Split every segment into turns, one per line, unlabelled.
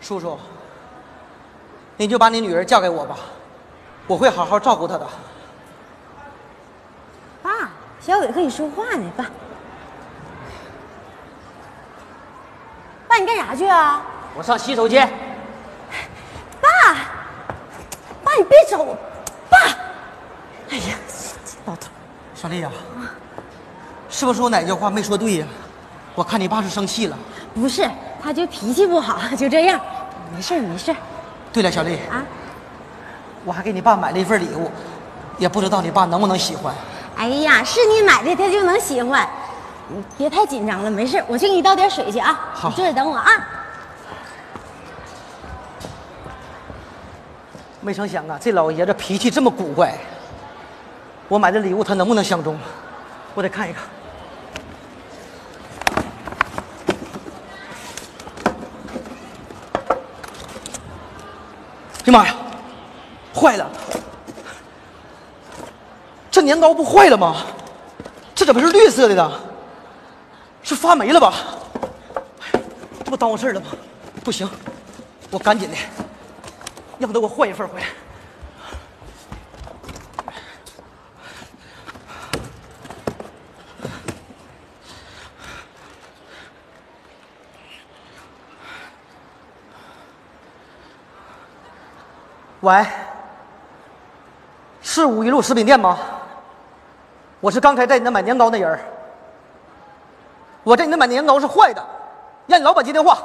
叔叔，您就把你女儿嫁给我吧，我会好好照顾她的。
爸，小伟跟你说话呢，爸。爸，你干啥去啊？
我上洗手间。
爸，爸，你别走，爸。哎呀，这老头，
小丽呀、啊是不是我哪句话没说对呀、我看你爸是生气了。
不是，他就脾气不好， 就这样。没事儿，没事儿
对了，小丽，
啊。
我还给你爸买了一份礼物，也不知道你爸能不能喜欢。
哎呀，是你买的，他就能喜欢。你别太紧张了，没事儿，我去给你倒点水去啊。
好
你坐着等我啊。
没成想啊，这老爷子脾气这么古怪。我买的礼物他能不能相中？我得看一看。哎呀妈呀，坏了！这年糕不坏了吗？这怎么是绿色的呢？是发霉了吧？哎呀这不耽误事儿了吗？不行，我赶紧的。要不得我换一份回来。喂，是五一路食品店吗？我是刚才在你那买年糕那人儿。我在你那买年糕是坏的，让你老板接电话。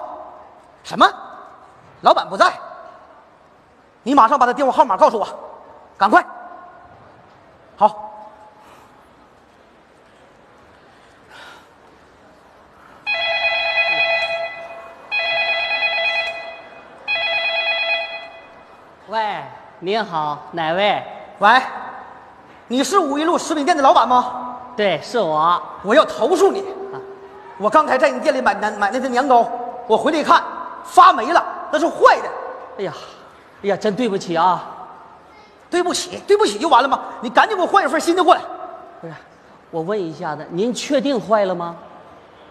什么？老板不在？你马上把他电话号码告诉我，赶快。好。
喂，您好，哪位？
喂，你是五一路食品店的老板吗？
对，是我。
我要投诉你。我刚才在你店里买年买那份年糕，我回来一看，发霉了，那是坏的。
哎呀，哎呀，真对不起啊！
对不起，对不起就完了吗？你赶紧给我换一份新的过来。
不是，哎我问一下子，您确定坏了吗？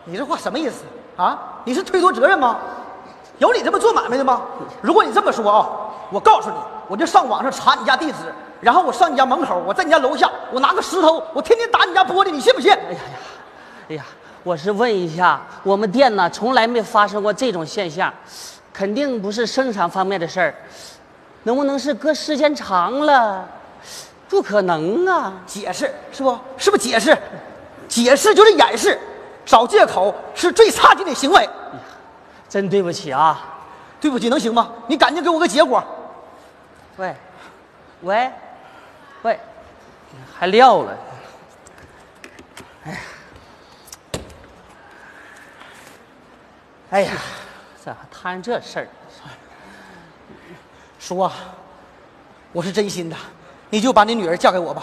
你这话什么意思啊？你是推脱责任吗？有你这么做买卖的吗？如果你这么说啊，我告诉你，我就上网上查你家地址，然后我上你家门口，我在你家楼下，我拿个石头，我天天打你家玻璃，你信不信？
哎呀呀，哎呀，我是问一下，我们店呢从来没发生过这种现象，肯定不是生产方面的事儿，能不能是搁时间长了？不可能啊！
解释是不？是不是解释？解释就是掩饰，找借口是最差劲的行为。
真对不起啊！
对不起，能行吗？你赶紧给我个结果。
喂，喂，喂，还撂了。
哎呀，
咋还摊上这事儿？
叔啊，我是真心的，你就把你女儿嫁给我吧。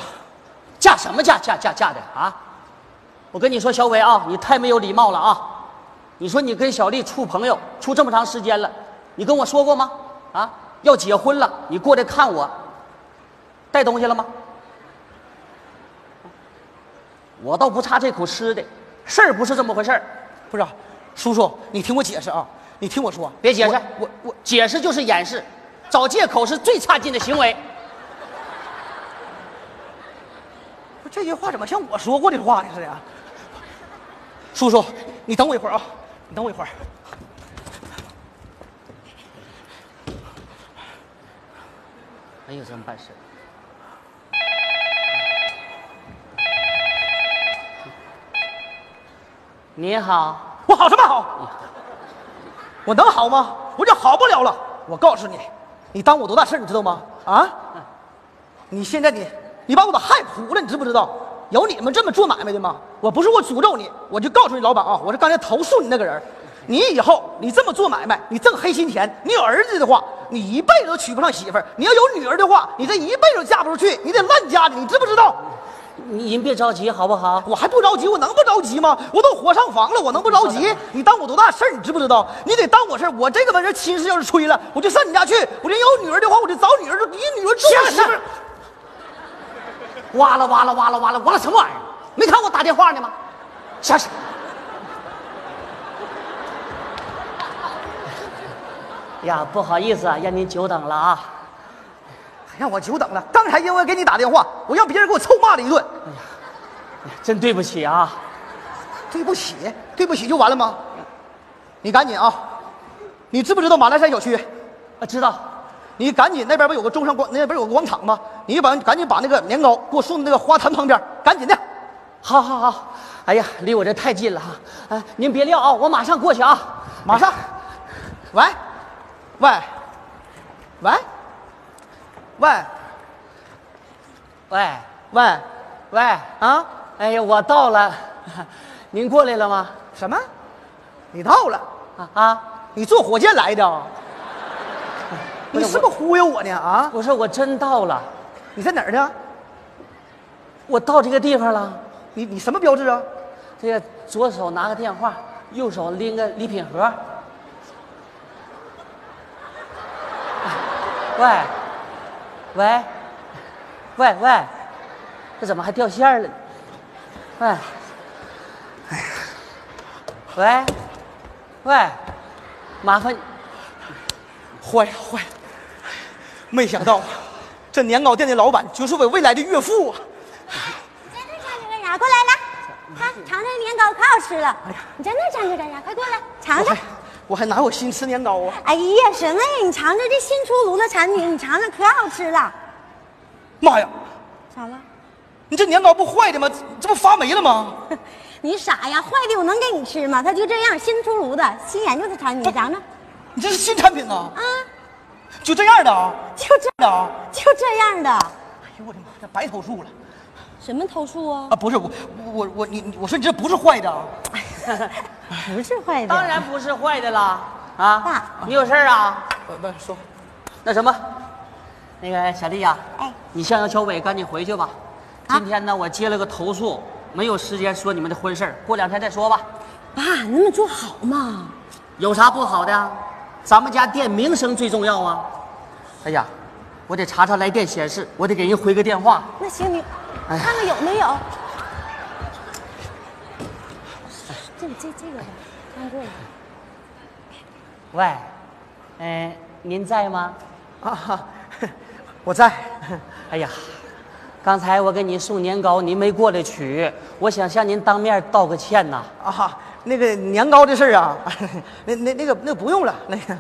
嫁什么嫁？嫁嫁嫁的啊！我跟你说，小伟啊，你太没有礼貌了啊！你说你跟小丽处朋友处这么长时间了，你跟我说过吗？啊，要结婚了，你过来看我，带东西了吗？我倒不差这口吃的，事儿不是这么回事儿。
不是，啊叔叔，你听我解释啊，你听我说，
别解释，
我我我
解释就是掩饰，找借口是最差劲的行为。
不是这句话怎么像我说过的话呢似的呀？叔叔，你等我一会儿啊，你等我一会儿。
没有这么办事。你好，
我好什么好？我能好吗？我就好不了了。我告诉你，你当我多大事儿你知道吗？啊？你现在你你把我都害糊了，你知不知道？有你们这么做买卖的吗？我不是我诅咒你，我就告诉你老板啊，我是刚才投诉你那个人儿。你以后你这么做买卖，你挣黑心钱，你有儿子的话，你一辈子都娶不上媳妇儿；你要有女儿的话，你这一辈子都嫁不出去，你得烂家里，你知不知道？
你您别着急好不好？
我还不着急，我能不着急吗？我都火上房了，我能不着急？你当我多大事儿？你知不知道？你得当我事儿。我这个玩意儿亲事要是吹了，我就上你家去。我这有女儿的话，我就找女儿，你女儿做我媳妇儿。
哇啦哇啦哇啦哇啦哇啦什么玩意儿？没看我打电话呢吗？下去。呀，不好意思啊，让您久等了啊。
还哎让我久等了。刚才因为给你打电话，我让别人给我臭骂了一顿，
真对不起啊！
对不起，对不起就完了吗？你赶紧啊！你知不知道马栏山小区？
啊，知道，
你赶紧那边不有个中山广，那边不有个广场吗？你把赶紧把那个年糕给我送到那个花坛旁边，赶紧的。
好，好，好。哎呀，离我这太近了哈、哎，您别撂啊，我马上过去啊，
马上。喂，喂，喂，喂，
喂，
喂，
喂，
啊，
哎呀，我到了，您过来了吗？
什么？你到了？
啊啊，
你坐火箭来的啊？
不
你
是
是不是忽悠我呢？啊？
不是，我真到了，
你在哪儿呢？
我到这个地方了。
你你什么标志啊？
这个左手拿个电话，右手拎个礼品盒。喂，喂，喂喂，这怎么还掉线儿了？喂，喂，喂，麻烦，
坏了坏了！没想到啊，这年糕店的老板就是我未来的岳父啊！
在那站着干啥？过来来，
哎
看尝尝年糕，可好吃了。你在那站着干啥？快过来尝
我
尝
还。我还哪有心吃年糕啊？
哎呀，什么呀？你尝尝这新出炉的产品，你尝尝可好吃了。
妈呀！
咋了？
你这年糕不坏的吗？这不发霉了吗？
你傻呀？坏的我能给你吃吗？它就这样，新出炉的，新研究的产品，你尝尝。
你这是新产品呐，
啊，
就这样的啊，
就这
这样的啊！
就这样的。
哎呦我的妈呀，白投诉了
什么投诉啊
啊！？不是我我我你你我说你这不是坏的啊，
不是坏的。
当然不是坏的啦，啊，
爸
你有事儿啊？
呃
不不说，
那什么，那个小丽呀、
哎，
你向小伟赶紧回去吧。
啊
今天呢，我接了个投诉，没有时间说你们的婚事儿，过两天再说吧。
爸，你那么做好吗？
有啥不好的、啊？咱们家店名声最重要啊。哎呀，我得查查来电显示，我得给人回个电话。
那行，你
哎
看
呀
看有没有。这这这个吧，看过了。
喂，嗯、您在吗？
啊哈，我在，
哎呀，刚才我给您送年糕，您没过来取，我想向您当面道个歉呐。
啊哈，那个年糕的事儿啊，那那那个那不用了，那个。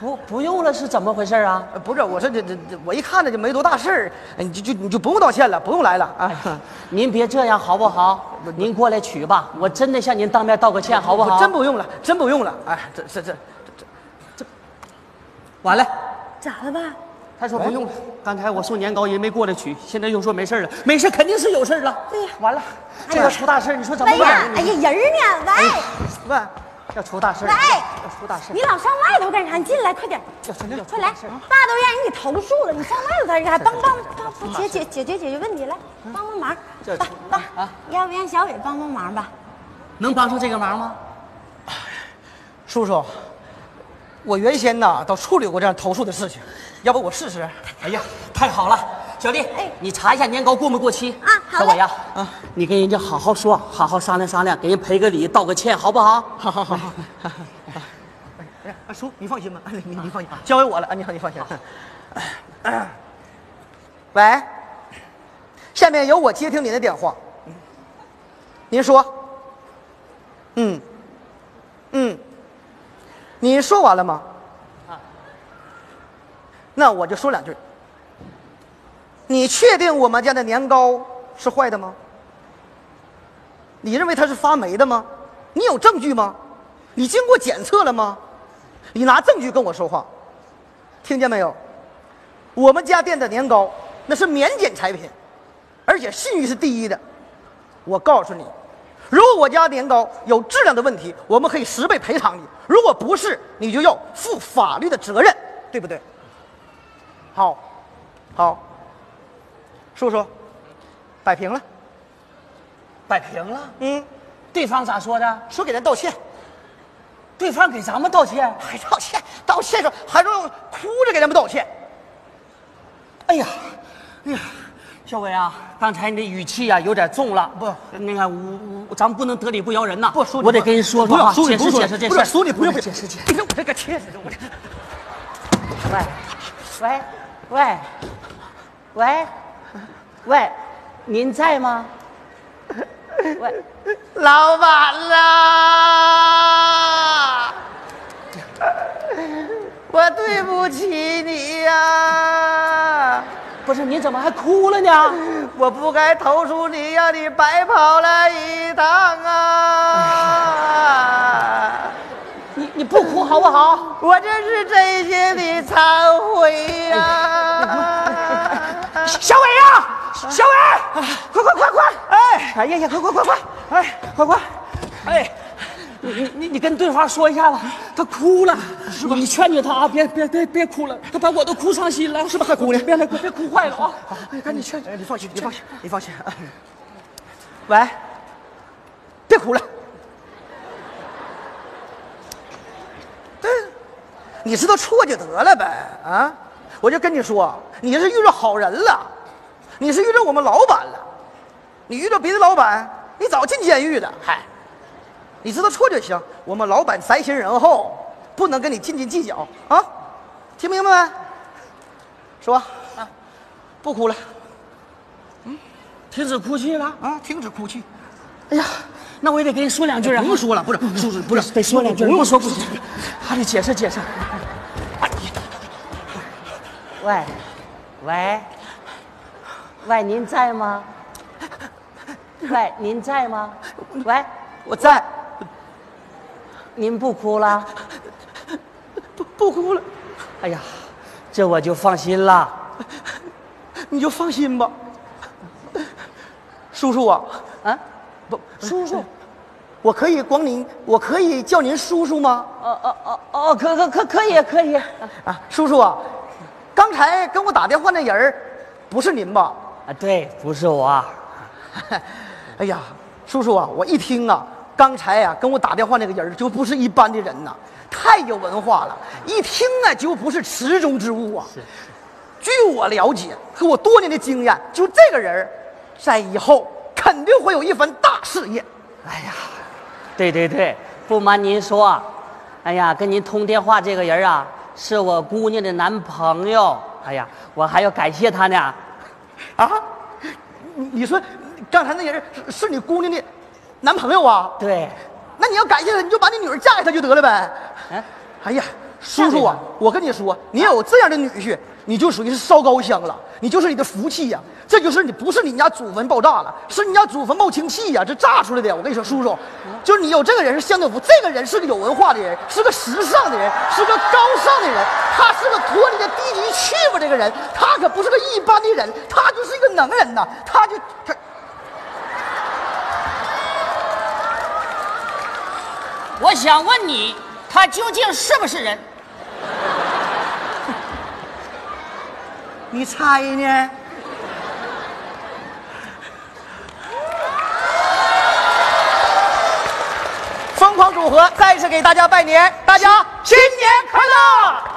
不，不用了，是怎么回事啊？
呃不是，我说这这这，我一看这就没多大事儿，哎你就就你就不用道歉了，不用来了
哎
啊！
您别这样好不好？您过来取吧，我真的向您当面道个歉好哎不好？
我真不用了，真不用了，哎，这这这
完了，
咋了吧？
他说不用了。刚才我送年糕人没过来取，现在又说没事儿了，没事儿肯定是有事儿了。
对呀
完了，
哎
这
呀
要出大事儿你说怎
哎
么办
呀
啊？，
哎呀，人儿呢？
喂，
要出大事儿
喂喂
要出大事，儿
你老上外头干啥？你进来快点，
要出要出
快来！
大事儿
爸都让人给投诉了，你上外头干啥？帮帮帮帮，解解解决解决问题来，帮帮忙。
嗯这
爸
出
爸
啊，
要不让小伟帮帮忙吧？
能帮上这个忙吗？
叔叔，我原先呐倒处理过这样投诉的事情，要不我试试？
哎呀，太好了，小丽，
哎
你查一下年糕过没过期
啊好嘞
小伟呀，啊，你跟人家好好说，好好商量商量，给人赔个礼，道个歉，好不好？
好好好好。哎啊叔，你放心吧，你你放心，交给我了啊！你好，你放心。 喂，下面由我接听您的电话。您说，嗯，嗯，你说完了吗？啊那我就说两句。你确定我们家的年糕是坏的吗？你认为它是发霉的吗？你有证据吗？你经过检测了吗？你拿证据跟我说话，听见没有？我们家店的年糕那是免检产品，而且信誉是第一的。我告诉你，如果我家年糕有质量的问题，我们可以十倍赔偿你；如果不是，你就要负法律的责任，对不对？好，好，叔叔，摆平了。
摆平了，
嗯，
对方咋说的？
说给咱道歉。
对方给咱们道歉。
还道歉，道歉说还说哭着给他们道歉。
哎呀，哎呀，小伟啊，刚才你的语气啊有点重了。
不，
那个我我咱们不能得理不饶人呐。
不，叔你
我得跟人说说
不
啊，
用，叔你不
解
用说
释解释这事
不
儿。
是，叔你不用
我得解释解释。
你看我这个气死我这。
喂，喂，喂，喂，喂，您在吗？喂，
老板啦，我对不起你呀、
不是，您怎么还哭了呢？
我不该投诉你，让你白跑了一趟
哎
啊！
你你不哭好不好？
我这是真心的忏悔啊呀、
小伟呀、小伟，快快快快！啊哎，哎呀呀，快快快快！哎，快快！哎，你你你你跟对方说一下子，他哭了，是吧？你劝劝他啊，别别别别哭了，他把我都哭伤心了，是吧？还哭呢？别来哭，别哭坏了啊！哎，赶紧劝劝。
哎，你放心，你放心，你放心。喂，别哭了。对，你知道错就得了呗啊！我就跟你说，你是遇着好人了，你是遇着我们老板了，你遇着别的老板，你早进监狱了。嗨，你知道错就行。我们老板宅心仁厚，不能跟你斤斤计较啊！听明白没？是吧？啊，不哭了。
嗯停止哭泣了。
啊，停止哭泣。哎
哎呀，那我也得跟你说两句啊。
不用说了，不是，叔叔，不是，
得说两句，
不用
不
说，
说不说，还得解释解释。
喂，喂，喂，您在吗？喂，您在吗？喂，
我在，
您不哭了？
不不哭了，
哎呀，这我就放心了。
你就放心吧。叔叔啊，
啊，
不，
嗯
叔叔，
我可以光您，我可以叫您叔叔吗？
哦哦哦哦，可可可可以可以。
啊，叔叔啊，刚才跟我打电话那人儿不是您吧？
啊，对，不是我，
哎呀，叔叔啊，我一听啊，刚才呀、跟我打电话那个人儿就不是一般的人呐、太有文化了，一听啊就不是池中之物啊。据我了解和我多年的经验，就这个人儿，在以后肯定会有一番大事业。
对对对，不瞒您说啊，哎呀，跟您通电话这个人啊，是我姑娘的男朋友。哎呀，我还要感谢他呢。
啊，你你说刚才那人是是你姑娘的男朋友啊？
对，
那你要感谢他，你就把你女儿嫁给他就得了呗。
哎，
哎呀，叔叔啊，我跟你说，你有这样的女婿，你就属于是烧高香了，你就是你的福气呀、这就是你不是你家祖坟爆炸了，是你家祖坟冒氢气呀、这炸出来的。我跟你说，叔叔，就是你有这个人是相当有福，这个人是个有文化的人，是个时尚的人，是个高尚的人，他是个脱离了低级趣味这个人，他可不是个一般的人，他就是一个能人呐，他就他。
我想问你，他究竟是不是人？
你猜呢？疯狂组合再次给大家拜年，大家新年快乐！